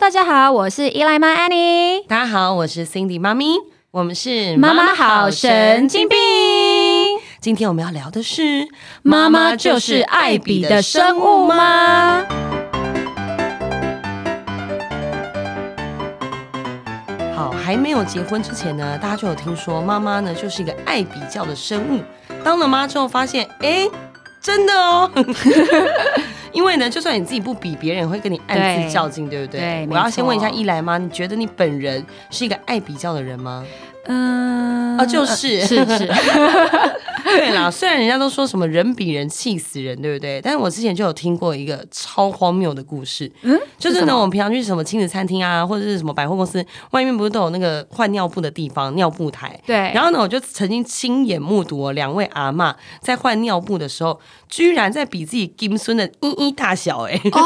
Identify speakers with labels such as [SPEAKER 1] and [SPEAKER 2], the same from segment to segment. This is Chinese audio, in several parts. [SPEAKER 1] 大家好，我是依赖妈 Annie，
[SPEAKER 2] 大家好，我是 Cindy 妈咪，我们是
[SPEAKER 1] 妈妈好神经病。
[SPEAKER 2] 今天我们要聊的是，
[SPEAKER 1] 妈妈就是爱比的生物吗？
[SPEAKER 2] 好，还没有结婚之前呢，大家就有听说妈妈呢就是一个爱比较的生物。当了妈之后，发现哎、诶真的哦。 因为呢，就算你自己不比，别人也会跟你暗
[SPEAKER 1] 对
[SPEAKER 2] 自较劲，对不对？
[SPEAKER 1] 对
[SPEAKER 2] 我要先问一下
[SPEAKER 1] 没错
[SPEAKER 2] 一来妈，你觉得你本人是一个爱比较的人吗？
[SPEAKER 1] 嗯
[SPEAKER 2] 啊就是
[SPEAKER 1] 呃是是，
[SPEAKER 2] 对啦，虽然人家都说什么人比人气死人，对不对？但是我之前就有听过一个超荒谬的故事，
[SPEAKER 1] 嗯，
[SPEAKER 2] 就是
[SPEAKER 1] 什
[SPEAKER 2] 呢，
[SPEAKER 1] 么
[SPEAKER 2] 我们平常去什么亲子餐厅啊，或者是什么百货公司，外面不是都有那个换尿布的地方，尿布台。
[SPEAKER 1] 对，
[SPEAKER 2] 然后呢，我就曾经亲眼目睹哦两位阿嬷在换尿布的时候，居然在比自己金孙的一一大小、欸，哎，
[SPEAKER 1] 哦，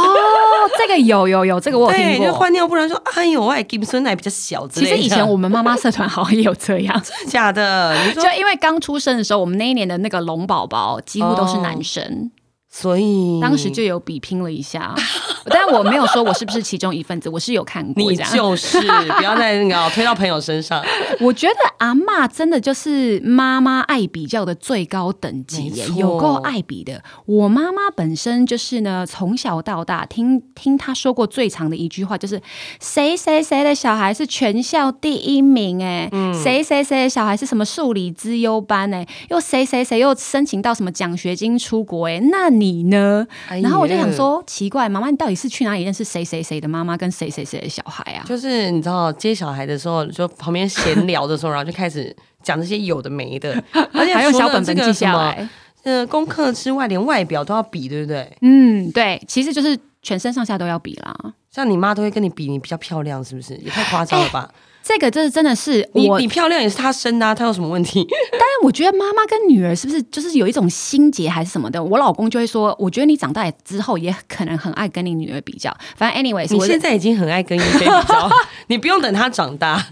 [SPEAKER 1] 这个有有有，这 个我有
[SPEAKER 2] 对，
[SPEAKER 1] 听
[SPEAKER 2] 就
[SPEAKER 1] 过。
[SPEAKER 2] 换尿布，然后说，哎呦，我也金孙奶比较小之
[SPEAKER 1] 其
[SPEAKER 2] 类的。
[SPEAKER 1] 实以前我们妈妈社团好像也有这 样，
[SPEAKER 2] 真的假的，你
[SPEAKER 1] 就
[SPEAKER 2] 说，
[SPEAKER 1] 因为刚出生的时候，我们那一年的那个龙宝宝几乎都是男生，
[SPEAKER 2] 嗯所以
[SPEAKER 1] 当时就有比拼了一下，但我没有说我是不是其中一份子，我是有看过
[SPEAKER 2] 你
[SPEAKER 1] 这样。
[SPEAKER 2] 就是不要再那个哦推到朋友身上。
[SPEAKER 1] 我觉得阿嬷真的就是妈妈爱比较的最高等级耶
[SPEAKER 2] 没，错
[SPEAKER 1] 有够爱比的。我妈妈本身就是呢，从小到大听听她说过最长的一句话就是谁谁谁的小孩是全校第一名哎，
[SPEAKER 2] 嗯
[SPEAKER 1] 谁谁谁的小孩是什么数理之优班哎，又谁谁谁又申请到什么奖学金出国哎，那你呢？
[SPEAKER 2] 哎呀
[SPEAKER 1] 然后我就想，说，奇怪，妈妈你到底是去哪里认识谁谁谁的妈妈跟谁谁谁的小孩啊？
[SPEAKER 2] 就是你知道接小孩的时候，就旁边闲聊的时候，然后就开始讲那些有的没的， 而且
[SPEAKER 1] 还有
[SPEAKER 2] 除
[SPEAKER 1] 小
[SPEAKER 2] 了
[SPEAKER 1] 本
[SPEAKER 2] 这
[SPEAKER 1] 本
[SPEAKER 2] 个
[SPEAKER 1] 记
[SPEAKER 2] 什
[SPEAKER 1] 下
[SPEAKER 2] 么
[SPEAKER 1] 来。
[SPEAKER 2] 呃，功课之外，连外表都要比，对不对？
[SPEAKER 1] 嗯，对，其实就是全身上下都要比啦。
[SPEAKER 2] 像你妈都会跟你比，你比较漂亮，是不是？也太夸张了吧！
[SPEAKER 1] 这个这真的是
[SPEAKER 2] 你
[SPEAKER 1] 我，
[SPEAKER 2] 你漂亮也是她生的、啊，她有什么问题？
[SPEAKER 1] 但我觉得妈妈跟女儿是不是就是有一种心结还是什么的？我老公就会说，我觉得你长大之后也可能很爱跟你女儿比较。反正 anyways，
[SPEAKER 2] 你
[SPEAKER 1] 我
[SPEAKER 2] 现在已经很爱跟一菲比较，你不用等她长大。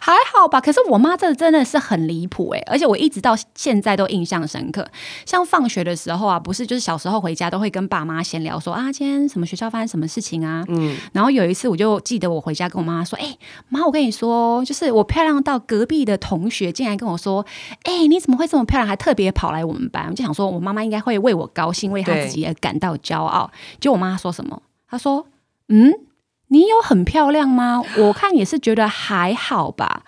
[SPEAKER 1] 还好吧。可是我妈这真的是很离谱哎，而且我一直到现在都印象深刻。像放学的时候啊，不是就是小时候回家都会跟爸妈闲聊说啊，今天什么学校发生什么事情啊，
[SPEAKER 2] 嗯，
[SPEAKER 1] 然后有一次，我就记得我回家跟我妈妈说：“哎、妈，我跟你说，就是我漂亮到隔壁的同学竟然跟我说，哎、你怎么会这么漂亮？还特别跑来我们班。”我就想说，我妈妈应该会为我高兴，为她
[SPEAKER 2] 对
[SPEAKER 1] 自己也感到骄傲。结果我妈说什么？她说：“嗯，你有很漂亮吗？我看也是觉得还好吧。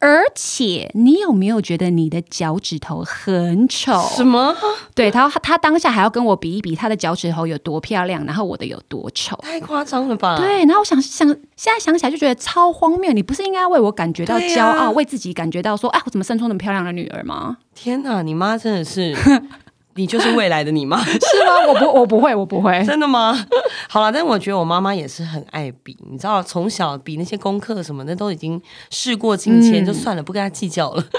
[SPEAKER 1] 而且，你有没有觉得你的脚趾头很丑？
[SPEAKER 2] 什么？
[SPEAKER 1] 对，她她当下还要跟我比一比她的脚趾头有多漂亮，然后我的有多丑。”
[SPEAKER 2] 太夸张了吧？，
[SPEAKER 1] 对，然后我想想，现在想起来就觉得超荒谬。你不是应该为我感觉到
[SPEAKER 2] 对啊
[SPEAKER 1] 骄
[SPEAKER 2] 呀
[SPEAKER 1] 傲，为自己感觉到说，哎，我怎么生出那么漂亮的女儿吗？
[SPEAKER 2] 天哪，你妈真的 是，你就是未来的你妈。
[SPEAKER 1] 是吗？我不，我不会，我不 会。
[SPEAKER 2] 真的吗？好了，但我觉得我妈妈也是很爱比，你知道，从小比那些功课什么的都已经事过境迁，
[SPEAKER 1] 嗯
[SPEAKER 2] 就算了，不跟她计较了。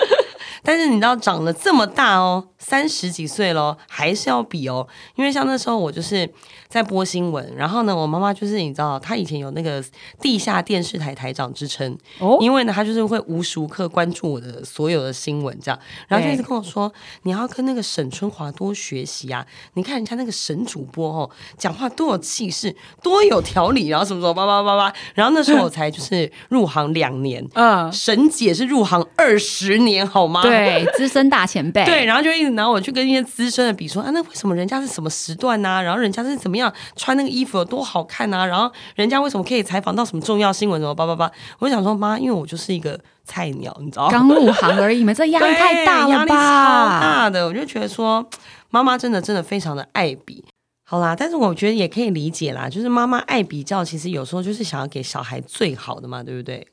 [SPEAKER 2] 但是你知道，长了这么大哦，三十几岁喽，还是要比哦。因为像那时候我就是在播新闻，然后呢，我妈妈就是你知道，她以前有那个地下电视台台长之称，
[SPEAKER 1] 哦，
[SPEAKER 2] 因为呢，他就是会无时无刻关注我的所有的新闻，这样，然后就一直跟我说，你要跟那个沈春华多学习啊！你看人家那个沈主播哦，讲话多有气势，多有条理，然后什么什么叭叭叭叭，然后那时候我才就是入行两年，
[SPEAKER 1] 嗯、
[SPEAKER 2] 沈姐是入行二十年，好吗？。
[SPEAKER 1] 对，资深大前辈，
[SPEAKER 2] 对，然后就一直拿我去跟一些资深的比说啊，那为什么人家是什么时段呐、然后人家是怎么样穿那个衣服有多好看呐、然后人家为什么可以采访到什么重要新闻什么叭叭叭？我就想说妈，因为我就是一个菜鸟，你知道吗？
[SPEAKER 1] 刚入行而已嘛，这压力太大
[SPEAKER 2] 对压
[SPEAKER 1] 了
[SPEAKER 2] 力超
[SPEAKER 1] 吧？
[SPEAKER 2] 大的，我就觉得说妈妈真的真的非常的爱比。好啦，但是我觉得也可以理解啦，就是妈妈爱比较，其实有时候就是想要给小孩最好的嘛，对不对？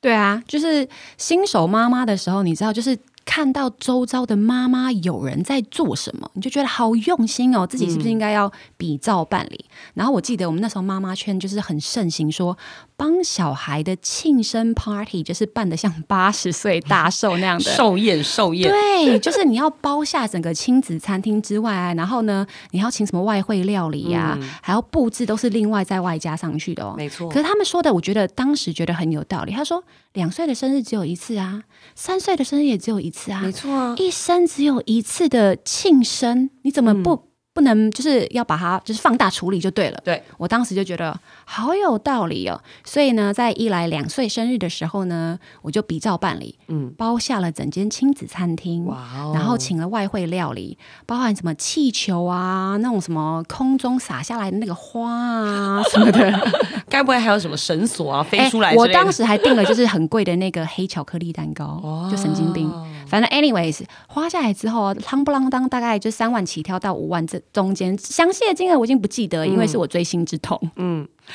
[SPEAKER 1] 对啊，就是新手妈妈的时候，你知道，就是。看到周遭的妈妈有人在做什么，你就觉得好用心哦，自己是不是应该要比照办理？然后我记得我们那时候妈妈圈就是很盛行说，帮小孩的庆生 party 就是办的像八十岁大寿那 样的。
[SPEAKER 2] 寿宴，寿宴，
[SPEAKER 1] 对，啊就是你要包下整个亲子餐厅之外啊，然后呢，你还要请什么外汇料理呀、还要布置都是另外在外加上去的哦。
[SPEAKER 2] 没错
[SPEAKER 1] 可。是他们说的，我觉得当时觉得很有道理。他说，两岁的生日只有一次啊，三岁的生日也只有一次啊，
[SPEAKER 2] 没错啊，嗯
[SPEAKER 1] 一生只有一次的庆生，你怎么不、不能就是要把它就是放大处理就对了。
[SPEAKER 2] 对
[SPEAKER 1] 我当时就觉得好有道理哦，所以呢，在一来两岁生日的时候呢，我就比照办理，
[SPEAKER 2] 嗯
[SPEAKER 1] 嗯，包下了整间亲子餐厅，
[SPEAKER 2] 哇哦
[SPEAKER 1] 然后请了外汇料理，包含什么气球啊，那种什么空中洒下来的那个花啊什 么的，
[SPEAKER 2] 该不会还有什么绳索啊飞
[SPEAKER 1] 哎
[SPEAKER 2] 出来之
[SPEAKER 1] 我
[SPEAKER 2] 类的？
[SPEAKER 1] 当时还订了就是很贵的那个黑巧克力蛋糕， 就神经病。反正 anyways，花下来之后啊，啷不啷当大概就三万起跳到五万这中间，详细的金额我已经不记得，因为是
[SPEAKER 2] 嗯
[SPEAKER 1] 我追星之痛。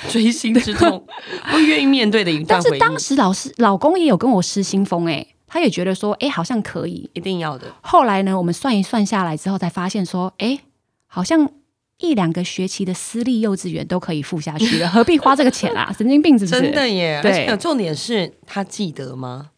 [SPEAKER 2] 锥心嗯之痛， 不愿意面对的一段
[SPEAKER 1] 但
[SPEAKER 2] 回
[SPEAKER 1] 是
[SPEAKER 2] 忆，
[SPEAKER 1] 当时老师老公也有跟我失心疯哎、他也觉得说哎、好像可以。
[SPEAKER 2] 一定要的。
[SPEAKER 1] 后来呢，我们算一算下来之后，才发现说哎、好像。一两个学期的私立幼稚园都可以付下去了，何必花这个钱啊？神经病是不是？
[SPEAKER 2] 真的耶！而
[SPEAKER 1] 对
[SPEAKER 2] 且重点是他记得吗？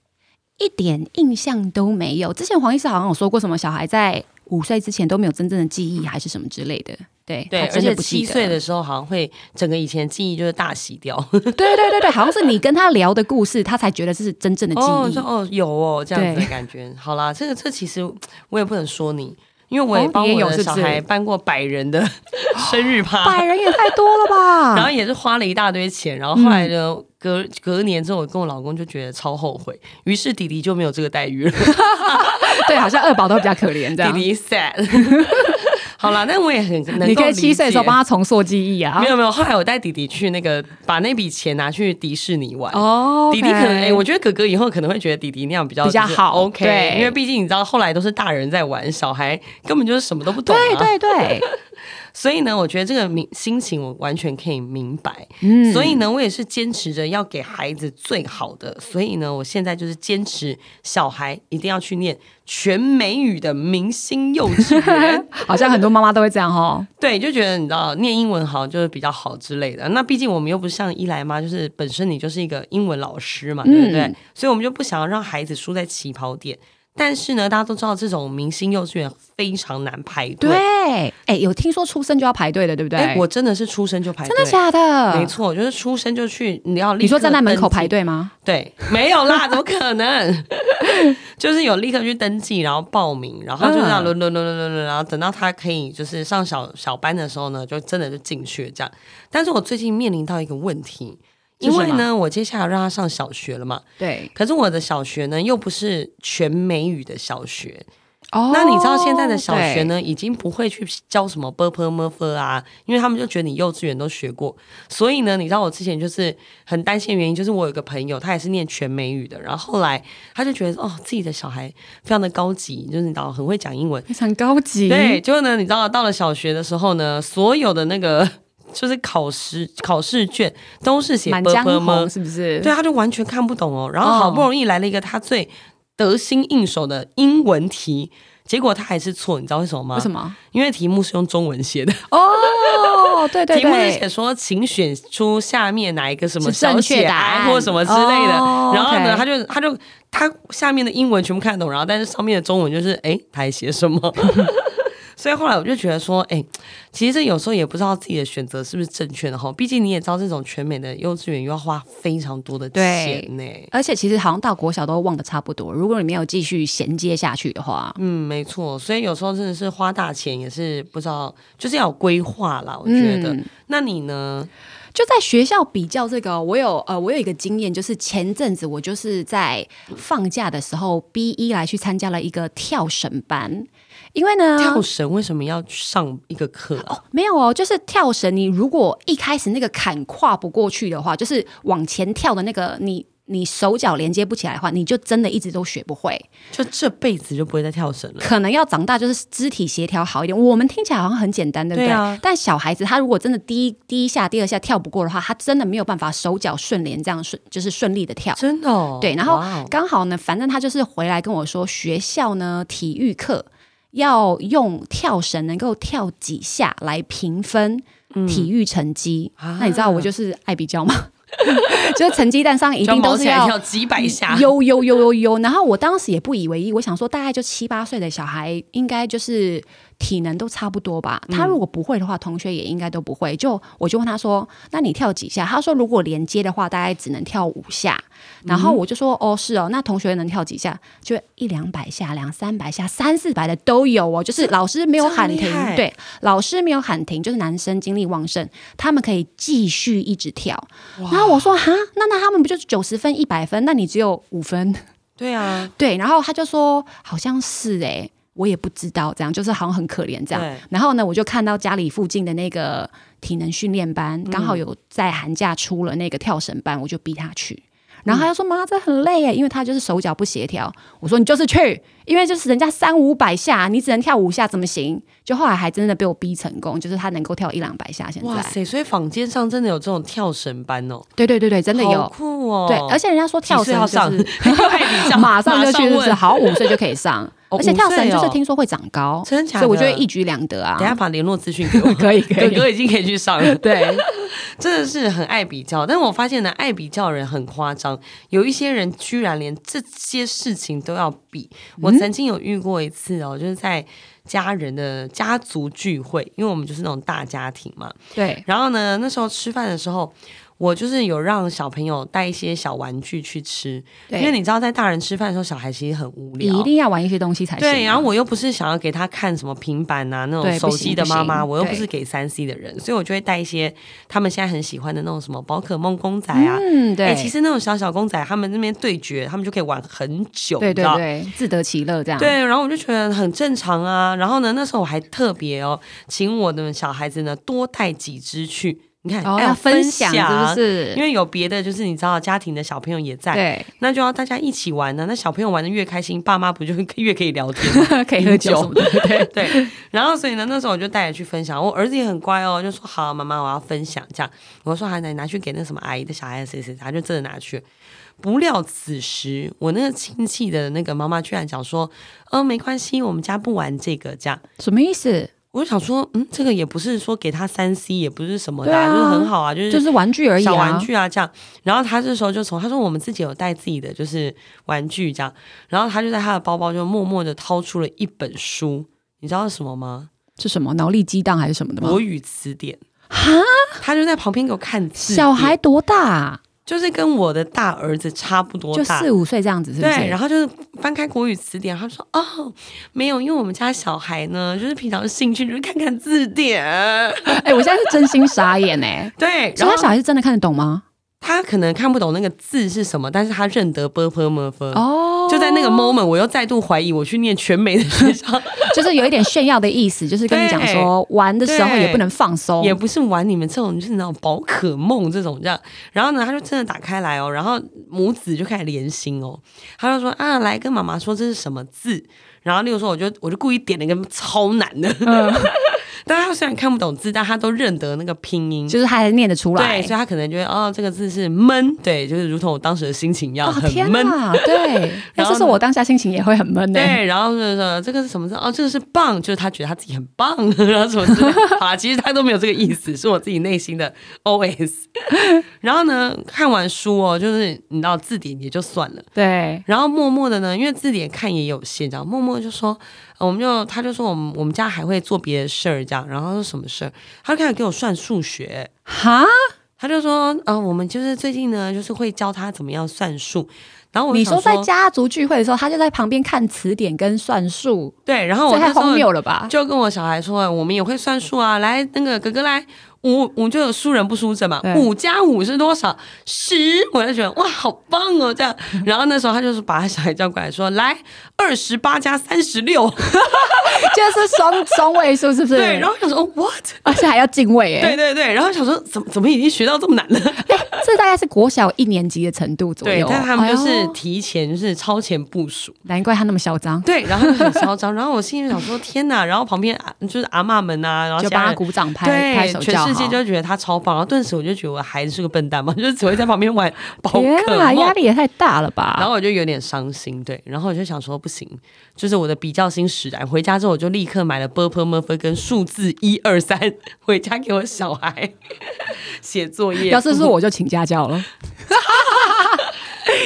[SPEAKER 1] 一点印象都没有。之前黄医师好像有说过，什么小孩在五岁之前都没有真正的记忆，还是什么之类的。对，
[SPEAKER 2] 对，
[SPEAKER 1] 他
[SPEAKER 2] 而
[SPEAKER 1] 真
[SPEAKER 2] 且
[SPEAKER 1] 的不记
[SPEAKER 2] 七
[SPEAKER 1] 得
[SPEAKER 2] 岁，的时候好像会整个以前记忆就是大洗 掉。
[SPEAKER 1] 对对对对，好像是你跟他聊的故事，他才觉得这是真正的记
[SPEAKER 2] 哦，
[SPEAKER 1] 忆。
[SPEAKER 2] 说哦有哦这样子的
[SPEAKER 1] 对
[SPEAKER 2] 感觉。好啦，这个这其实我也不能说你，因为我也
[SPEAKER 1] 哦
[SPEAKER 2] 帮
[SPEAKER 1] 你也
[SPEAKER 2] 我
[SPEAKER 1] 有是
[SPEAKER 2] 的
[SPEAKER 1] 不
[SPEAKER 2] 小
[SPEAKER 1] 是
[SPEAKER 2] 孩办过百人的生日 趴。
[SPEAKER 1] 百人也太多了吧？
[SPEAKER 2] 然后也是花了一大堆钱，然后后来呢，隔隔年之后，我跟我老公就觉得超后悔，于是弟弟就没有这个待遇了。
[SPEAKER 1] 对，好像二宝都比较可怜这
[SPEAKER 2] 弟
[SPEAKER 1] 样。
[SPEAKER 2] 弟 sad。好 啦，但我也很能够
[SPEAKER 1] 你可以七
[SPEAKER 2] 理
[SPEAKER 1] 岁的时候
[SPEAKER 2] 解
[SPEAKER 1] 帮他重塑记忆啊
[SPEAKER 2] 没。有没有，后来我带弟弟去那个，把那笔钱拿去迪士尼玩。
[SPEAKER 1] 哦
[SPEAKER 2] 弟弟可能，哎、我觉得哥哥以后可能会觉得弟弟那样比较
[SPEAKER 1] 比较
[SPEAKER 2] 就是
[SPEAKER 1] 好
[SPEAKER 2] ，OK，
[SPEAKER 1] 对
[SPEAKER 2] 因为毕竟你知道，后来都是大人在玩，小孩根本就是什么都不懂、啊，
[SPEAKER 1] 对对对，
[SPEAKER 2] 所以呢，我觉得这个明心情我完全可以明白。
[SPEAKER 1] 嗯
[SPEAKER 2] 所以呢，我也是坚持着要给孩子最好的。所以呢，我现在就是坚持小孩一定要去念全美语的明星幼稚 园。
[SPEAKER 1] 好像很多妈妈都会这样哦。
[SPEAKER 2] 对，就觉得你知道念英文好就是比较好之类的。那毕竟我们又不像伊莱妈，就是本身你就是一个英文老师嘛，对不对？
[SPEAKER 1] 嗯
[SPEAKER 2] 所以我们就不想要让孩子输在起跑点。但是呢，大家都知道这种明星幼稚园非常难排队。
[SPEAKER 1] 对，哎、有听说出生就要排队的，对不对？
[SPEAKER 2] 哎，我真的是出生就排队，
[SPEAKER 1] 真的假的？
[SPEAKER 2] 没。错，就是出生就去，你要立刻
[SPEAKER 1] 你说站在门口排
[SPEAKER 2] 登记，
[SPEAKER 1] 队吗？
[SPEAKER 2] 对，没有啦，怎么可能？ 就是有立刻去登记，然后报名，然后就这样
[SPEAKER 1] 嗯
[SPEAKER 2] 轮轮轮轮轮轮，然后等到他可以就是上小小班的时候呢，就真的就进去了这样。但是我最近面临到一个问题，
[SPEAKER 1] 是
[SPEAKER 2] 因为
[SPEAKER 1] 什
[SPEAKER 2] 呢，我接下来要让他上小学了嘛，
[SPEAKER 1] 对，
[SPEAKER 2] 可是我的小学呢又不是全美语的小学，
[SPEAKER 1] 哦
[SPEAKER 2] 那你知道现在的小学呢，已经不会去教什么 b u r p l e m u r p 啊，因为他们就觉得你幼稚园都学过。所以呢，你知道我之前就是很担心的原因，就是我有一个朋友，他也是念全美语的，然后后来他就觉得哦，自己的小孩非常的高级，就是你知道很会讲英文。嗯
[SPEAKER 1] 非常高级，
[SPEAKER 2] 对，，结果呢，你知道到了小学的时候呢，所有的那个 就是考试考试卷都是写 b
[SPEAKER 1] 满
[SPEAKER 2] u r
[SPEAKER 1] 江
[SPEAKER 2] p l e m u
[SPEAKER 1] 红是不是？
[SPEAKER 2] 对，他就完全看不懂哦。然后好不容易来了一个他最得心应手的英文题，结果他还是错，你知道为什么吗？
[SPEAKER 1] 为什
[SPEAKER 2] 么？
[SPEAKER 1] 么？
[SPEAKER 2] 因为题目是用中文写的，
[SPEAKER 1] 哦，对 对
[SPEAKER 2] 题目是写
[SPEAKER 1] 对，
[SPEAKER 2] 说，请选出下面哪一个什么
[SPEAKER 1] 是正
[SPEAKER 2] 小写
[SPEAKER 1] 确答
[SPEAKER 2] 癌
[SPEAKER 1] 案
[SPEAKER 2] 或什么之类的。
[SPEAKER 1] 哦
[SPEAKER 2] 然后呢，
[SPEAKER 1] OK
[SPEAKER 2] 他就他就他下面的英文全部看得懂，然后但是上面的中文就是，哎，他还写 什么？所以后来我就觉得说，哎、其实这有时候也不知道自己的选择是不是正确的哈。毕竟你也知道，这种全美的幼稚园又要花非常多的
[SPEAKER 1] 对
[SPEAKER 2] 钱呢、
[SPEAKER 1] 而且其实好像到国小都忘得差不多，如果你没有继续衔接下去的话，
[SPEAKER 2] 嗯，没错，所以有时候真的是花大钱也是不知道，就是要有规划啦。我觉得，
[SPEAKER 1] 嗯
[SPEAKER 2] 那你呢？
[SPEAKER 1] 就在学校比较这个，我有呃，我有一个经验，就是前阵子我就是在放假的时候，B 一来去参加了一个跳绳班，因为呢，
[SPEAKER 2] 跳绳为什么要上一个课啊？
[SPEAKER 1] 没有哦，就是跳绳，你如果一开始那个坎跨不过去的话，就是往前跳的那个你。你手脚连接不起来的话，你就真的一直都学不会，
[SPEAKER 2] 就这辈子就不会再跳绳了。
[SPEAKER 1] 可能要长大就是肢体协调好一点。我们听起来好像很简单，对不对？
[SPEAKER 2] 对啊
[SPEAKER 1] 但小孩子他如果真的第一第一下、第二下跳不过的话，他真的没有办法手脚顺连这样顺，就是顺利的跳。
[SPEAKER 2] 真的、哦？
[SPEAKER 1] 对，然后
[SPEAKER 2] 哇哦
[SPEAKER 1] 刚好呢，反正他就是回来跟我说，学校呢体育课要用跳绳能够跳几下来评分体育成绩。
[SPEAKER 2] 嗯啊
[SPEAKER 1] 那你知道我就是爱比较吗？ 就是成绩单上一
[SPEAKER 2] 就要
[SPEAKER 1] 定
[SPEAKER 2] 毛
[SPEAKER 1] 都
[SPEAKER 2] 起
[SPEAKER 1] 是
[SPEAKER 2] 来
[SPEAKER 1] 要
[SPEAKER 2] 跳几百下，
[SPEAKER 1] 悠悠悠悠悠。然后我当时也不以为意，我想说大概就七八岁的小孩应该就是体能都差不多吧？
[SPEAKER 2] 嗯
[SPEAKER 1] 他如果不会的话，同学也应该都不会。就我就问他说：“那你跳几下？”他说：“如果连接的话，大概只能跳五下。”然
[SPEAKER 2] 嗯
[SPEAKER 1] 后我就说：“哦，是哦，那同学能跳几下？就一两百下、两三百下、三四百的都有哦。就是老师没有喊停
[SPEAKER 2] 这么厉，害
[SPEAKER 1] 对，老师没有喊停，就是男生精力旺盛，他们可以继续一直跳。然后我说：哈，那那他们不就是九十分、一百分？那你只有五分。”
[SPEAKER 2] 对啊，
[SPEAKER 1] 对，然后他就说好像是哎、我也不知道，这样就是好像很可怜这样
[SPEAKER 2] 对。
[SPEAKER 1] 然后呢，我就看到家里附近的那个体能训练班，刚
[SPEAKER 2] 嗯
[SPEAKER 1] 好有在寒假出了那个跳绳班，我就逼他去。然后他就说：“妈，这很累欸耶，因为他就是手脚不协调。”我说：“你就是去，因为就是人家三五百下，你只能跳五下，怎么行？”就后来还真的被我逼成功，就是他能够跳一两百下。现
[SPEAKER 2] 哇
[SPEAKER 1] 在，
[SPEAKER 2] 塞！所以坊间上真的有这种跳绳班哦，
[SPEAKER 1] 对对对对，真的
[SPEAKER 2] 好
[SPEAKER 1] 有。
[SPEAKER 2] 酷哦。
[SPEAKER 1] 对，而且人家说跳
[SPEAKER 2] 几岁
[SPEAKER 1] 绳
[SPEAKER 2] 要 上，
[SPEAKER 1] 就是
[SPEAKER 2] 你上
[SPEAKER 1] 马上就去，是不是？
[SPEAKER 2] 问
[SPEAKER 1] 好，五岁就可以上，
[SPEAKER 2] 哦
[SPEAKER 1] 而且跳绳
[SPEAKER 2] 五岁
[SPEAKER 1] 就
[SPEAKER 2] 哦
[SPEAKER 1] 是听说会长高，
[SPEAKER 2] 真假
[SPEAKER 1] 所
[SPEAKER 2] 的
[SPEAKER 1] 以我觉得一举两得啊
[SPEAKER 2] 等。一下把联络资讯给我
[SPEAKER 1] 。可以可
[SPEAKER 2] 哥
[SPEAKER 1] 以，
[SPEAKER 2] 哥已经可以去上了，
[SPEAKER 1] 对，
[SPEAKER 2] 真的是很爱比较。但我发现呢，爱比较的人很夸张，有一些人居然连这些事情都要比。我曾经有遇过一次哦，就是在家人的家族聚会，因为我们就是那种大家庭嘛。
[SPEAKER 1] 对，
[SPEAKER 2] 然后呢，那时候吃饭的时候，我就是有让小朋友带一些小玩具去吃，
[SPEAKER 1] 对
[SPEAKER 2] 因为你知道，在大人吃饭的时候，小孩其实很无
[SPEAKER 1] 你一
[SPEAKER 2] 聊。
[SPEAKER 1] 定要玩一些东西才行啊。
[SPEAKER 2] 对，然后我又不是想要给他看什么平板啊那
[SPEAKER 1] 对
[SPEAKER 2] 种手
[SPEAKER 1] 不行
[SPEAKER 2] 机的妈
[SPEAKER 1] 不
[SPEAKER 2] 妈，
[SPEAKER 1] 行
[SPEAKER 2] 我又不
[SPEAKER 1] 对
[SPEAKER 2] 是给三 C 的人，所以我就会带一些他们现在很喜欢的那种什么宝可梦公仔啊。
[SPEAKER 1] 嗯，对
[SPEAKER 2] 哎，，其实那种小小公仔，他们那边对决，他们就可以玩很久，
[SPEAKER 1] 对
[SPEAKER 2] 你知
[SPEAKER 1] 对
[SPEAKER 2] 道
[SPEAKER 1] 对，自得其乐这样。
[SPEAKER 2] 对，然后我就觉得很正常啊。然后呢，那时候我还特别哦，请我的小孩子呢多带几只去。你看，
[SPEAKER 1] 然后
[SPEAKER 2] 哎
[SPEAKER 1] 哦要分享
[SPEAKER 2] 享啊
[SPEAKER 1] 是不
[SPEAKER 2] 因
[SPEAKER 1] 是？
[SPEAKER 2] 为有别的，就是你知道，家庭的小朋友也在，
[SPEAKER 1] 对，
[SPEAKER 2] 那就要大家一起玩啊呢、那小朋友玩的越开心，爸妈不就越可以聊天吗？
[SPEAKER 1] 可以喝酒
[SPEAKER 2] 酒
[SPEAKER 1] 什么的，对
[SPEAKER 2] 对，然后所以呢，那时候我就带着去分享，我儿子也很乖哦，就说好，妈妈我要分享这样。我说好，那你拿去给那什么阿姨的小孩谁谁，他就真的拿去。不料此时，我那个亲戚的那个妈妈居然讲说，嗯、没关系，我们家不玩这个这样。
[SPEAKER 1] 什么意思？
[SPEAKER 2] 我就想说，嗯，这个也不是说给他三 C，也不是什么的、
[SPEAKER 1] 对啊
[SPEAKER 2] 就是很好啊，就是
[SPEAKER 1] 就是玩具而已啊，
[SPEAKER 2] 小玩具啊，这样。然后他这时候就从他说我们自己有带自己的就是玩具这样，然后他就在他的包包就默默的掏出了一本书，你知道是什么吗？
[SPEAKER 1] 是什么脑力激荡还是什么的吗
[SPEAKER 2] 国？语词典，
[SPEAKER 1] 哈，
[SPEAKER 2] 他就在旁边给我看字典，
[SPEAKER 1] 小孩多大啊？
[SPEAKER 2] 就是跟我的大儿子差不多
[SPEAKER 1] 就
[SPEAKER 2] 大，
[SPEAKER 1] 四五岁这样子，是不
[SPEAKER 2] 对，
[SPEAKER 1] 是？
[SPEAKER 2] 然后就是翻开国语词典，他说：“哦，没有，因为我们家小孩呢，就是平常兴趣就是看看 字典。
[SPEAKER 1] 哎，我现在是真心傻眼哎”，
[SPEAKER 2] 对，
[SPEAKER 1] 所
[SPEAKER 2] 然
[SPEAKER 1] 以
[SPEAKER 2] 后
[SPEAKER 1] 他小孩是真的看得懂吗？
[SPEAKER 2] 他可能看不懂那个字是什么，但是他认得 b p m f。
[SPEAKER 1] 哦，
[SPEAKER 2] 就在那个 moment，我又再度怀疑我去念全美的学校
[SPEAKER 1] 就是有一点炫耀的意思，就是跟你讲说玩的时候也不能放松，
[SPEAKER 2] 也不是玩你们这种，就是那种宝可梦这种这样。然后呢，他就真的打开来哦，然后母子就开始连心哦。他就说啊，来跟妈妈说这是什么字。然后，例如说，我就我就故意点了一个超难的，
[SPEAKER 1] 嗯
[SPEAKER 2] 但他虽然看不懂字，但他都认得那个拼音。
[SPEAKER 1] 就是他还念得出
[SPEAKER 2] 对，
[SPEAKER 1] 来
[SPEAKER 2] 所以。他可能觉得哦，这个字是闷，对，就是如同我当时的心情一样，
[SPEAKER 1] 哦
[SPEAKER 2] 很
[SPEAKER 1] 天
[SPEAKER 2] 闷。
[SPEAKER 1] 哪， 对，
[SPEAKER 2] 然
[SPEAKER 1] 要
[SPEAKER 2] 后呢
[SPEAKER 1] 是说我当下心情也会很闷呢、
[SPEAKER 2] 对，然后就是说这个是什么字？哦，这个是棒，就是他觉得他自己很棒， 然后什么之类 的。好啦，其实他都没有这个意思，是我自己内心的 OS。然 后呢，看完书哦，就是你知道字典也就算了，
[SPEAKER 1] 对，
[SPEAKER 2] 然后默默的呢，因为字典看也有限，这样默默就说，呃我们就他就说我们我们家还会做别的事儿这样，然后他说什么事儿，他就开始给我算数学。
[SPEAKER 1] 哈，
[SPEAKER 2] 他就说，嗯、我们就是最近呢，就是会教他怎么样算数。然后我就
[SPEAKER 1] 你
[SPEAKER 2] 想
[SPEAKER 1] 说在家族聚会的时候，他就在旁边看词典跟算术，
[SPEAKER 2] 对，然
[SPEAKER 1] 这
[SPEAKER 2] 后哦我那
[SPEAKER 1] 太
[SPEAKER 2] 时候
[SPEAKER 1] 荒谬了 吧？
[SPEAKER 2] 啊就跟我小孩说，我们也会算数啊，来，那个哥哥来，五五就有输人不输阵嘛
[SPEAKER 1] 对，
[SPEAKER 2] 五加五是多少？十，我就觉得哇，好棒哦，这样。
[SPEAKER 1] 嗯
[SPEAKER 2] 然后那时候他就是把他小孩叫过来说，来，二十八加三十六，
[SPEAKER 1] 就是双双位数，是不是？
[SPEAKER 2] 对，然后我想说 what？
[SPEAKER 1] 而且还要敬畏、
[SPEAKER 2] 对
[SPEAKER 1] 哎，
[SPEAKER 2] 对对，然后想说怎么怎么已经学到这么难了？
[SPEAKER 1] 这大概是国小一年级的程度左
[SPEAKER 2] 对
[SPEAKER 1] 右。，
[SPEAKER 2] 但他们就
[SPEAKER 1] 哎
[SPEAKER 2] 是
[SPEAKER 1] 呦
[SPEAKER 2] 提前就是超前部署。
[SPEAKER 1] 难怪他那么嚣张，
[SPEAKER 2] 对，然后就很嚣张，然后我心里想说天哪，然后旁边啊就是阿嬷们啊，然后
[SPEAKER 1] 就
[SPEAKER 2] 其
[SPEAKER 1] 帮
[SPEAKER 2] 他
[SPEAKER 1] 他
[SPEAKER 2] 人
[SPEAKER 1] 鼓掌嗯拍拍
[SPEAKER 2] 对
[SPEAKER 1] 手，
[SPEAKER 2] 全
[SPEAKER 1] 叫好。
[SPEAKER 2] 世界就觉得他超棒，然后顿时我就觉得我孩子是个笨蛋嘛， 就是只会在旁边玩宝可
[SPEAKER 1] 啊，压
[SPEAKER 2] 梦。
[SPEAKER 1] 力也太大了吧？
[SPEAKER 2] 然后我就有点伤心，对，然后我就想说不行，就是我的比较心使然。回家之后我就立刻买了 Burp m u r p 跟数字一二三，回家给我小孩写作 业。
[SPEAKER 1] 要是是我就请家教了。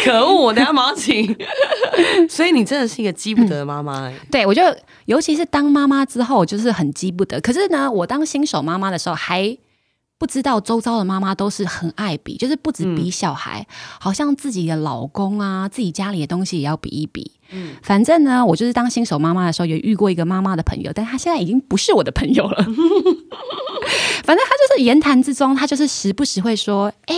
[SPEAKER 2] 可恶，我等一下马上请。所以你真的是一个激不得的妈妈哎、
[SPEAKER 1] 对我就尤其是当妈妈之后，就是很激不得。可是呢，我当新手妈妈的时候还。不知道周遭的妈妈都是很爱比，就是不止比小孩，好像自己的老公啊、自己家里的东西也要比一比。嗯，反正呢，我就是当新手妈妈的时候，也遇过一个妈妈的朋友，但她现在已经不是我的朋友 了。反正她就是言谈之中，她就是时不时会说：“哎、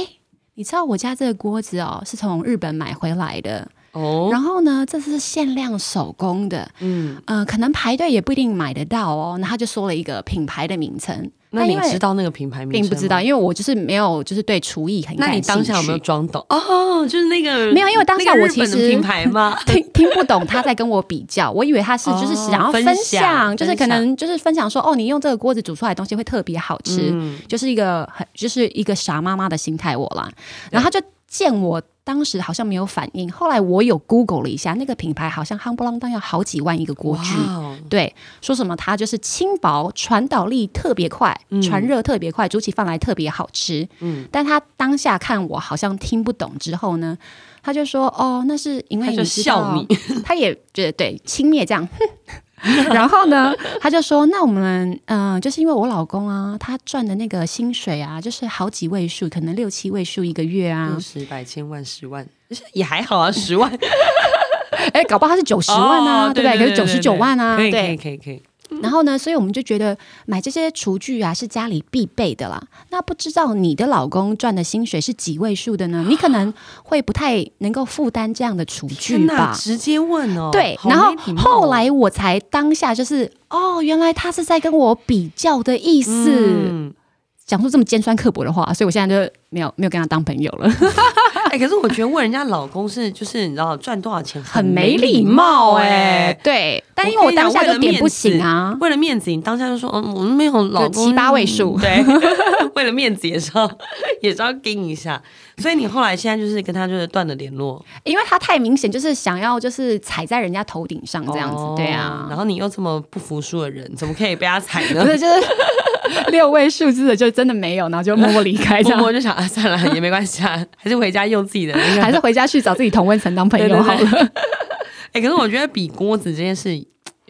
[SPEAKER 1] 你知道我家这个锅子哦，是从日本买回来的。”
[SPEAKER 2] 哦，
[SPEAKER 1] 然后呢，这是限量手工的，
[SPEAKER 2] 嗯，
[SPEAKER 1] 呃，可能排队也不一定买得到哦。然后他就说了一个品牌的名称，
[SPEAKER 2] 那你知
[SPEAKER 1] 道
[SPEAKER 2] 道那个品牌名称
[SPEAKER 1] 并不
[SPEAKER 2] 吗
[SPEAKER 1] 知道，？因为我就是没有，就是对厨艺很
[SPEAKER 2] 那
[SPEAKER 1] 感
[SPEAKER 2] 你
[SPEAKER 1] 兴趣。
[SPEAKER 2] 当下有没有装懂？哦，就是那个
[SPEAKER 1] 没有因为当下我
[SPEAKER 2] 那个日本的
[SPEAKER 1] 其实
[SPEAKER 2] 品牌吗？
[SPEAKER 1] 听听不懂他在跟我比较？我以为他是就是
[SPEAKER 2] 哦
[SPEAKER 1] 想要分
[SPEAKER 2] 分
[SPEAKER 1] 享，
[SPEAKER 2] 享
[SPEAKER 1] 就是可
[SPEAKER 2] 分享
[SPEAKER 1] 能就是分享说，哦，你用这个锅子煮出来的东西会特别好吃，
[SPEAKER 2] 嗯
[SPEAKER 1] 就是一个很就是一个傻妈妈的心态我啦。然后他就见我当时好像没有反应，后来我有 Google 了一下，那个品牌好像夯不啷当要好几万一个锅
[SPEAKER 2] 哇
[SPEAKER 1] 具。
[SPEAKER 2] 哦，
[SPEAKER 1] 对，说什么它就是轻薄，传导力特别快，
[SPEAKER 2] 嗯
[SPEAKER 1] 传热特别快，煮起饭来特别好吃。嗯，但他当下看我好像听不懂之后呢，他就说：“哦，那是因为
[SPEAKER 2] 他
[SPEAKER 1] 你
[SPEAKER 2] 就
[SPEAKER 1] 知
[SPEAKER 2] 笑
[SPEAKER 1] 道
[SPEAKER 2] 你，
[SPEAKER 1] 他也觉得对轻蔑这样。 哼”然后呢，他就说：“那我们，嗯、就是因为我老公啊，他赚的那个薪水啊，就是好几位数，可能六七位数一个月啊
[SPEAKER 2] 六，十百千万十万，就是也还好啊，十万
[SPEAKER 1] 哎，搞不好他是九 十万啊，
[SPEAKER 2] 哦
[SPEAKER 1] 对
[SPEAKER 2] 对
[SPEAKER 1] 不对？可是
[SPEAKER 2] 对
[SPEAKER 1] 九十九万啊，
[SPEAKER 2] 可以
[SPEAKER 1] 对
[SPEAKER 2] 可以可以可以，
[SPEAKER 1] 然后呢，所以我们就觉得买这些厨具啊是家里必备的啦。那不知道你的老公赚的薪水是几位数的呢？你可能会不太能够负担这样的厨具
[SPEAKER 2] 天哪，
[SPEAKER 1] 吧？
[SPEAKER 2] 直接问啊哦，
[SPEAKER 1] 对，
[SPEAKER 2] 好
[SPEAKER 1] 然后
[SPEAKER 2] 没礼貌哦
[SPEAKER 1] 后来我才当下就是哦，原来他是在跟我比较的意思，
[SPEAKER 2] 嗯，
[SPEAKER 1] 讲出这么尖酸刻薄的话，所以我现在就没有没有跟他当朋友了，
[SPEAKER 2] 哎，可是我觉得问人家老公是就是你知道赚多少钱
[SPEAKER 1] 很没礼貌哎、
[SPEAKER 2] 哎。
[SPEAKER 1] 对，但因为
[SPEAKER 2] 我
[SPEAKER 1] 我
[SPEAKER 2] 跟你讲
[SPEAKER 1] 当下
[SPEAKER 2] 为
[SPEAKER 1] 就
[SPEAKER 2] 了
[SPEAKER 1] 点
[SPEAKER 2] 面
[SPEAKER 1] 不醒
[SPEAKER 2] 子
[SPEAKER 1] 啊，
[SPEAKER 2] 为了面子，你当下就说，嗯，我没有老
[SPEAKER 1] 就
[SPEAKER 2] 公嗯
[SPEAKER 1] 七八位数
[SPEAKER 2] 对， 为了面子也是要 也是要盯一下，所以你后来现在就是跟他就是断了联络，
[SPEAKER 1] 因为他太明显就是想要就是踩在人家头顶上这样子，
[SPEAKER 2] 哦
[SPEAKER 1] 对啊，
[SPEAKER 2] 然后你又这么不服输的人，怎么可以被他踩呢
[SPEAKER 1] 不？ 是，就是 六位数字的就真的没有，然后就默 默离哎开这
[SPEAKER 2] 默
[SPEAKER 1] 样，
[SPEAKER 2] 默就想啊，算了，也没关系啊，还是回家用自己的 那个。
[SPEAKER 1] 还是回家去找自己同温层当朋友好了。
[SPEAKER 2] 对 哎、可是我觉得比锅子这件事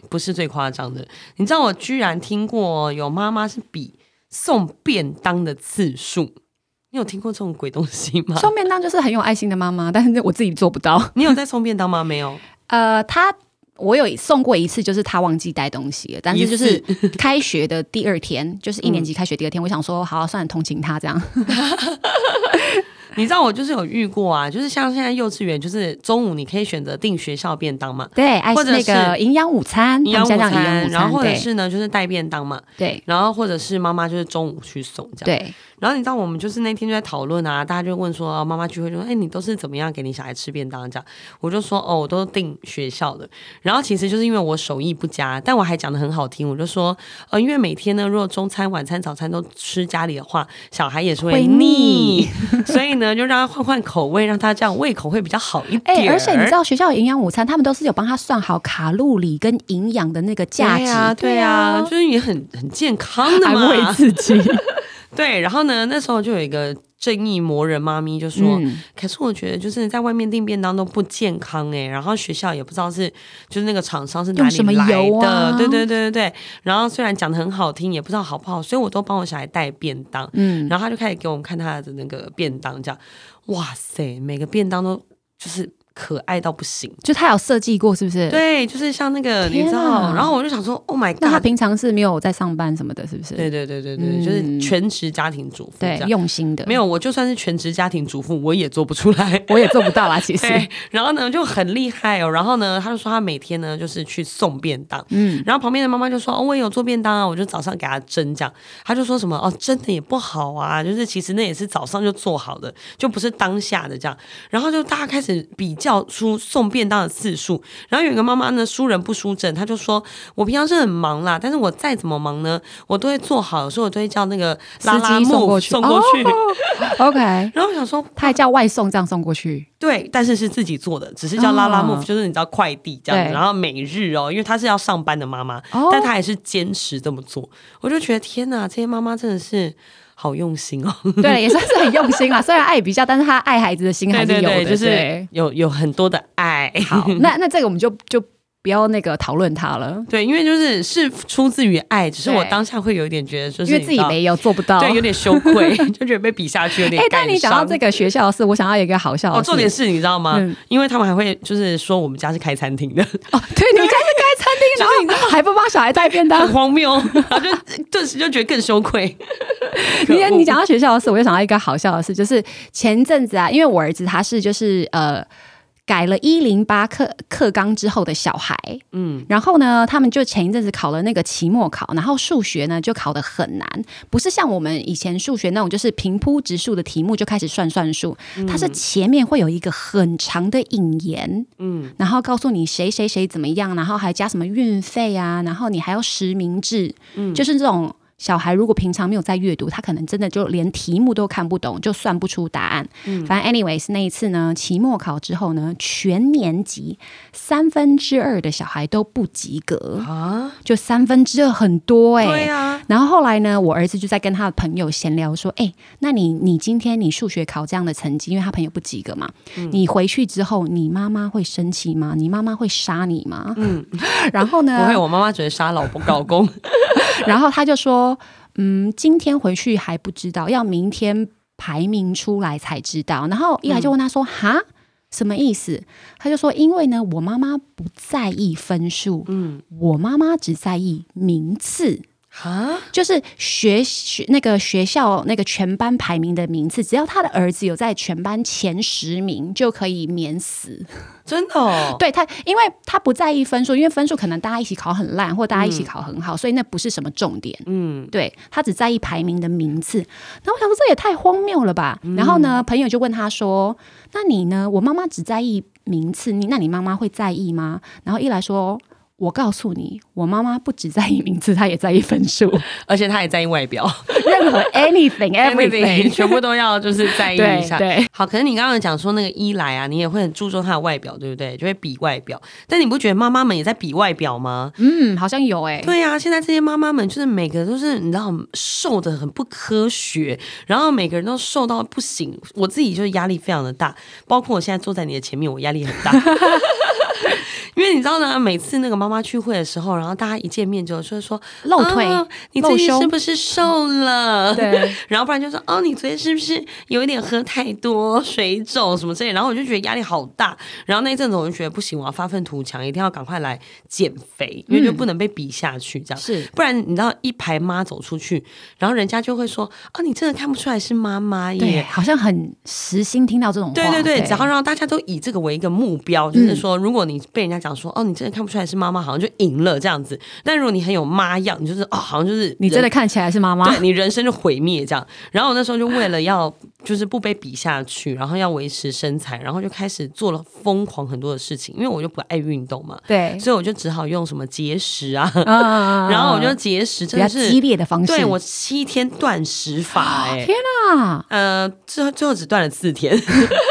[SPEAKER 2] 不是最夸张的。你知道，我居然听过有妈妈是比送便当的次数。你有听过这种鬼东西 吗？
[SPEAKER 1] 双便当就是很有爱心的妈妈，但是我自己做不到。
[SPEAKER 2] 你有在送便当吗？没有。
[SPEAKER 1] 呃，她我有送过一次，就是她忘记带东西了，但是
[SPEAKER 2] 一
[SPEAKER 1] 就
[SPEAKER 2] 次
[SPEAKER 1] 是开学的第二天，就是一年级开学第二天，我想说，好、啊，算了，同情她这样。
[SPEAKER 2] 你知道我就是有遇过啊，就是像现在幼稚园，就是中午你可以选择订学校便当嘛，
[SPEAKER 1] 对，爱
[SPEAKER 2] 或者
[SPEAKER 1] 那个营养午餐，
[SPEAKER 2] 营养午
[SPEAKER 1] 他们现在叫营养
[SPEAKER 2] 餐，
[SPEAKER 1] 午
[SPEAKER 2] 然后或者
[SPEAKER 1] 对
[SPEAKER 2] 是呢就是带便当嘛，
[SPEAKER 1] 对
[SPEAKER 2] 然后或者是妈妈就是中午去送这样。
[SPEAKER 1] 对，
[SPEAKER 2] 然后你知道我们就是那天就在讨论啊，大家就问说、啊、妈妈聚会就说，哎，你都是怎么样给你小孩吃便当啊这样？我就说哦，我都订学校的。然后其实就是因为我手艺不佳，但我还讲的很好听，我就说呃，因为每天呢，如果中餐、晚餐、早餐都吃家里的话，小孩也是会
[SPEAKER 1] 会
[SPEAKER 2] 腻， 所以呢，就让他换换口味，让他这样胃口会比较好一
[SPEAKER 1] 哎、
[SPEAKER 2] 点。
[SPEAKER 1] 而且你知。道学校有营养午餐，他们都是有帮他算好卡路里跟营养的那个价值
[SPEAKER 2] 对啊，对啊，就是也很很健康的嘛。
[SPEAKER 1] 自己。
[SPEAKER 2] 对，然后呢，那时候就有一个正义魔人妈咪就说：“
[SPEAKER 1] 嗯，
[SPEAKER 2] 可是我觉得就是在外面订便当都不健康哎、然后学校也不知道是就是那个厂商是哪
[SPEAKER 1] 用
[SPEAKER 2] 里
[SPEAKER 1] 什么
[SPEAKER 2] 来
[SPEAKER 1] 油
[SPEAKER 2] 的，
[SPEAKER 1] 啊
[SPEAKER 2] 对对对对对。然后虽然讲的很好听，也不知道好不好，所以我都帮我小孩带便当，
[SPEAKER 1] 嗯，
[SPEAKER 2] 然后他就开始给我们看他的那个便当，这样，哇塞，每个便当都就是可爱到不行。
[SPEAKER 1] 就他有设计过，是不是？。
[SPEAKER 2] 对，就是像那个你
[SPEAKER 1] 天
[SPEAKER 2] 知道，
[SPEAKER 1] 啊
[SPEAKER 2] 然后我就想说，Oh my
[SPEAKER 1] 那他
[SPEAKER 2] god！
[SPEAKER 1] 平常是没有在上班什么的，是不是？
[SPEAKER 2] 对对对对对，
[SPEAKER 1] 嗯
[SPEAKER 2] 就是全职家庭主妇这
[SPEAKER 1] 对，
[SPEAKER 2] 样。
[SPEAKER 1] 用心的，
[SPEAKER 2] 没有，我就算是全职家庭主妇，我也做不出 来。
[SPEAKER 1] 我也做不 到啦，其实。
[SPEAKER 2] 对，然后呢就很厉害哦。然后呢，他就说他每天呢就是去送便当，
[SPEAKER 1] 嗯，
[SPEAKER 2] 然后旁边的妈妈就说：“哦，我也有做便当啊，我就早上给他蒸这样。”他就说什么：“哦，蒸的也不好啊，就是其实那也是早上就做好的，就不是当下的这样。”然后就大家开始比较出送便当的次数。然后有一个妈妈呢，输人不输阵，她就说：“我平常是很忙啦，但是我再怎么忙呢，我都会做好，有时候我都会叫那个拉拉
[SPEAKER 1] 司机送
[SPEAKER 2] 木
[SPEAKER 1] 过去哦
[SPEAKER 2] 送过去。
[SPEAKER 1] OK，
[SPEAKER 2] 然后我想说，
[SPEAKER 1] 他还叫外送这样送过去，
[SPEAKER 2] 对，但是是自己做的，只是叫拉拉木，
[SPEAKER 1] 哦
[SPEAKER 2] 就是你知道快递这样子。
[SPEAKER 1] 对
[SPEAKER 2] 然后每日哦，因为她是要上班的妈妈，
[SPEAKER 1] 哦
[SPEAKER 2] 但她还是坚持这么做。我就觉得天哪，这些妈妈真的是好用心哦。
[SPEAKER 1] 对， 也算是很用心啦。虽然爱比较，但是他爱孩子的心还
[SPEAKER 2] 对
[SPEAKER 1] 是
[SPEAKER 2] 对
[SPEAKER 1] 有的，
[SPEAKER 2] 对，就是
[SPEAKER 1] 对
[SPEAKER 2] 有有很多的爱，爱。
[SPEAKER 1] 好，那那这个我们就就不要那个讨论它了，
[SPEAKER 2] 对，因为就是是出自于爱，只是
[SPEAKER 1] 对
[SPEAKER 2] 我当下会有一点觉得，就是
[SPEAKER 1] 因为自己
[SPEAKER 2] 你知道
[SPEAKER 1] 没有做不到。
[SPEAKER 2] 对，有点羞 愧，就觉得被比下去有点
[SPEAKER 1] 哎
[SPEAKER 2] 感，伤。
[SPEAKER 1] 但你讲到这个学校的事，我想要一个好笑的
[SPEAKER 2] 哦，
[SPEAKER 1] 事
[SPEAKER 2] 重点是你知道吗？
[SPEAKER 1] 嗯
[SPEAKER 2] 因为他们还会就是说我们家是开餐厅 的，
[SPEAKER 1] 哦，对，你们家是开 餐厅，然后你知道还不帮小孩带便当
[SPEAKER 2] 很，荒谬， 然后就顿时就觉得更羞 愧。
[SPEAKER 1] 你
[SPEAKER 2] 可恶
[SPEAKER 1] 你讲到学校的事，我就想到一个好笑的事，就是呃前一阵子啊，因为我儿子他是就是呃。改了一零八课课纲之后的小孩，嗯，然后呢，他们就前一阵子考了那个期末考，然后数学呢就考得很难，不是像我们以前数学那种就是平铺直述的题目就开始算算数，它是前面会有一个很长的引言，嗯，然后告诉你谁谁谁怎么样，然后还加什么运费啊，然后你还要实名制，
[SPEAKER 2] 嗯
[SPEAKER 1] 就是这种小孩如果平常没有在阅读，他可能真的就连题目都看不懂，就算不出答案。
[SPEAKER 2] 嗯
[SPEAKER 1] 反正 anyways 那一次呢，期末考之后呢，全年级三分之二的小孩都不及格，
[SPEAKER 2] 啊，
[SPEAKER 1] 就三分之二很多哎、
[SPEAKER 2] 对啊，
[SPEAKER 1] 然后后来呢，我儿子就在跟他的朋友闲聊说：“哎、那你你今天你数学考这样的成绩，因为他朋友不及格嘛，
[SPEAKER 2] 嗯
[SPEAKER 1] 你回去之后，你妈妈会生气吗？你妈妈会杀你吗？”嗯， 然后呢？
[SPEAKER 2] 不会，我妈妈觉得杀老公老公
[SPEAKER 1] 然后他就说：“嗯，今天回去还不知道，要明天排名出来才知道。”然后一来就问他说：“哈、什么意思？”他就说：“因为呢，我妈妈不在意分数，嗯，我妈妈只在意名次。”
[SPEAKER 2] 啊，
[SPEAKER 1] 就是学学那个学校那个全班排名的名次，只要他的儿子有在全班前十名，就可以免死。
[SPEAKER 2] 真 的、哦，
[SPEAKER 1] 对他，因为他不在意分数，因为分数可能大家一起考很烂，或大家一起考很好，所以那不是什么重点。
[SPEAKER 2] 嗯，
[SPEAKER 1] 对他只在意排名的名次。然后我想说这也太荒谬了吧。
[SPEAKER 2] 嗯
[SPEAKER 1] 然后呢，朋友就问他说：“那你呢？我妈妈只在意名次，你那你妈妈会在意吗？”然后一来说。我告诉你，我妈妈不只在意名次，她也在意分数，
[SPEAKER 2] 而且她也在意外表
[SPEAKER 1] 任何 anything
[SPEAKER 2] ，everything
[SPEAKER 1] everything，
[SPEAKER 2] 全部都要就是在意
[SPEAKER 1] 对
[SPEAKER 2] 一下。
[SPEAKER 1] 对，
[SPEAKER 2] 好，可是你刚刚有讲说那个伊莱啊，你也会很注重她的外表，对不对？就会比外表，但你不觉得妈妈们也在比外表吗？
[SPEAKER 1] 嗯，好像有哎、
[SPEAKER 2] 对呀、现在这些妈妈们就是每个都是你知道瘦的很不科学，然后每个人都瘦到不行，我自己就是压力非常的大，包括我现在坐在你的前面，我压力很大。因为你知道呢，每次那个妈妈聚会的时候，然后大家一见面就就会说
[SPEAKER 1] 露腿
[SPEAKER 2] 哦你
[SPEAKER 1] 露
[SPEAKER 2] 最近
[SPEAKER 1] 胸
[SPEAKER 2] 是不是瘦 了？
[SPEAKER 1] 对，
[SPEAKER 2] 然后不然就说哦，你昨天是不是有一点喝太多，水肿什么之类的？然后我就觉得压力好大。然后那一阵子我就觉得不行，我要发愤图强，一定要赶快来减肥，因为就不能被比下去这样。
[SPEAKER 1] 是
[SPEAKER 2] 不然你知道一排妈走出去，然后人家就会说哦，你真的看不出来是妈妈
[SPEAKER 1] 对，
[SPEAKER 2] 耶。
[SPEAKER 1] 好像很实心听到这种话，
[SPEAKER 2] 对对对，只要让大家都以这个为一个目标，
[SPEAKER 1] 嗯
[SPEAKER 2] 就是说，如果你被人家讲说，哦，你真的看不出来是妈妈，好像就赢了这样子。但如果你很有妈样，你就是哦，好像就是
[SPEAKER 1] 你真
[SPEAKER 2] 人
[SPEAKER 1] 的看起来是妈妈，
[SPEAKER 2] 对你人生就毁灭这样。然后我那时候就为了要就是不被比下去，然后要维持身材，然后就开始做了疯狂很多的事情，因为我就不爱运动嘛，
[SPEAKER 1] 对，
[SPEAKER 2] 所以我就只好用什么节食啊，
[SPEAKER 1] 嗯嗯嗯嗯
[SPEAKER 2] 然后我就节食，
[SPEAKER 1] 比
[SPEAKER 2] 真
[SPEAKER 1] 较
[SPEAKER 2] 的
[SPEAKER 1] 激
[SPEAKER 2] 是
[SPEAKER 1] 烈的方式，
[SPEAKER 2] 对我七天断食法哎、
[SPEAKER 1] 天啊，
[SPEAKER 2] 呃，最后最后只断了四天，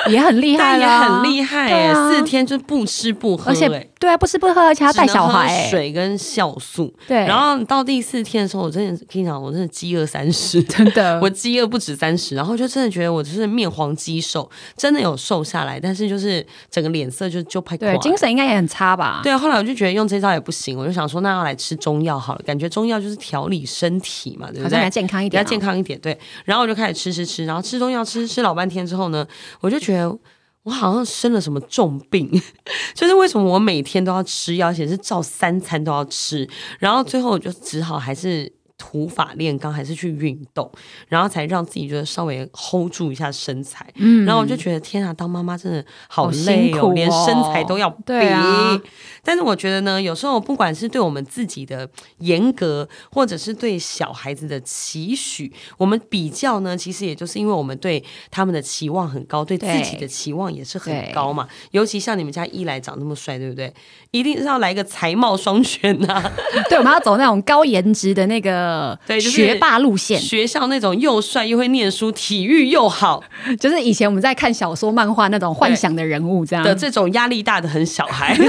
[SPEAKER 1] 也很厉害
[SPEAKER 2] 但也
[SPEAKER 1] 啦，
[SPEAKER 2] 很厉害哎、
[SPEAKER 1] 对啊
[SPEAKER 2] 四天就不吃不喝、
[SPEAKER 1] 而且
[SPEAKER 2] 哎
[SPEAKER 1] 对啊，不吃不喝，而且要带
[SPEAKER 2] 只能
[SPEAKER 1] 小
[SPEAKER 2] 喝
[SPEAKER 1] 孩、欸，
[SPEAKER 2] 水跟酵素，
[SPEAKER 1] 对，
[SPEAKER 2] 然后到第四天的时候，我真的跟你讲，我真的饥饿三十，
[SPEAKER 1] 真的，
[SPEAKER 2] 我饥饿不止三十，然后就真的觉得我就是面黄肌瘦，真的有瘦下来，但是就是整个脸色就就快垮
[SPEAKER 1] 对
[SPEAKER 2] 了。
[SPEAKER 1] 精神应该也很差吧？
[SPEAKER 2] 对，后来我就觉得用这招也不行，我就想说，那要来吃中药好了，感觉中药就是调理身体嘛，对
[SPEAKER 1] 好
[SPEAKER 2] 不
[SPEAKER 1] 像比较
[SPEAKER 2] 对？
[SPEAKER 1] 健康一
[SPEAKER 2] 比
[SPEAKER 1] 点、啊
[SPEAKER 2] 较健，康一点，对。然后我就开始吃吃吃，然后吃中药吃吃老半天之后呢，我就觉得我好像生了什么重病， 就是为什么我每天都要吃药，而且是照三餐都要吃，然后最后我就只好还是土法炼钢，还是去运动，然后才让自己觉得稍微 hold 住一下身材。
[SPEAKER 1] 嗯
[SPEAKER 2] 然后我就觉得天啊，当妈妈真的好
[SPEAKER 1] 好辛
[SPEAKER 2] 累
[SPEAKER 1] 苦
[SPEAKER 2] 哦，连身材
[SPEAKER 1] 哦
[SPEAKER 2] 都要比。
[SPEAKER 1] 对啊
[SPEAKER 2] 但是我觉得呢，有时候不管是对我们自己的严格，或者是对小孩子的期许，我们比较呢，其实也就是因为我们对他们的期望很高，对自
[SPEAKER 1] 对
[SPEAKER 2] 己的期望也是
[SPEAKER 1] 对
[SPEAKER 2] 很高嘛。尤其像你们家一来长那么帅，对不对？一定是要来一个才貌双全啊呐、
[SPEAKER 1] 对，我们要走那种高颜值的那个
[SPEAKER 2] 对就是
[SPEAKER 1] 学霸路线，
[SPEAKER 2] 学校那种又帅又会念书、体育又好
[SPEAKER 1] 就是以前我们在看小啊说、漫画那种幻想的人物这样。
[SPEAKER 2] 的这种压力大的很小孩。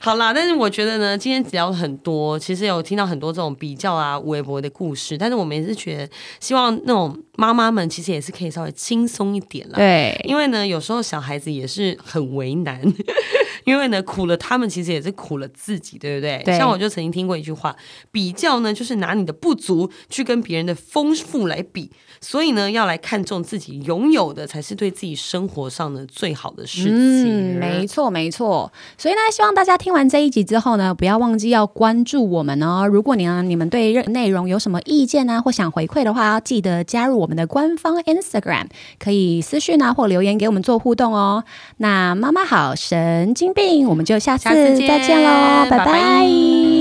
[SPEAKER 2] 好啦，但是我觉得呢，今天聊了很多，其实有听到很多这种比较啊、微博的故事，但是我们也是觉得，希望那种妈妈们其实也是可以稍微轻松一点啦。
[SPEAKER 1] 对，
[SPEAKER 2] 因为呢，有时候小孩子也是很为难， 因为呢，苦了他们，其实也是苦了自己，对不对？
[SPEAKER 1] 对
[SPEAKER 2] 像我就曾经听过一句话，比较呢，就是拿你的不足去跟别人的丰富来比，所以呢，要来看重自己拥有的，才是对自己生活上的最好的事情。
[SPEAKER 1] 嗯，没错没错。所以呢，希望大家听完这一集之后呢，不要忘记要关注我们哦。如果你呢，你们对任内容有什么意见呢、或想回馈的话，要记得加入我们的官方 Instagram，可以私讯啊或留言给我们做互动哦。那妈妈好神经病，我们就下次
[SPEAKER 2] 下次见
[SPEAKER 1] 再见喽，
[SPEAKER 2] 拜拜
[SPEAKER 1] 拜拜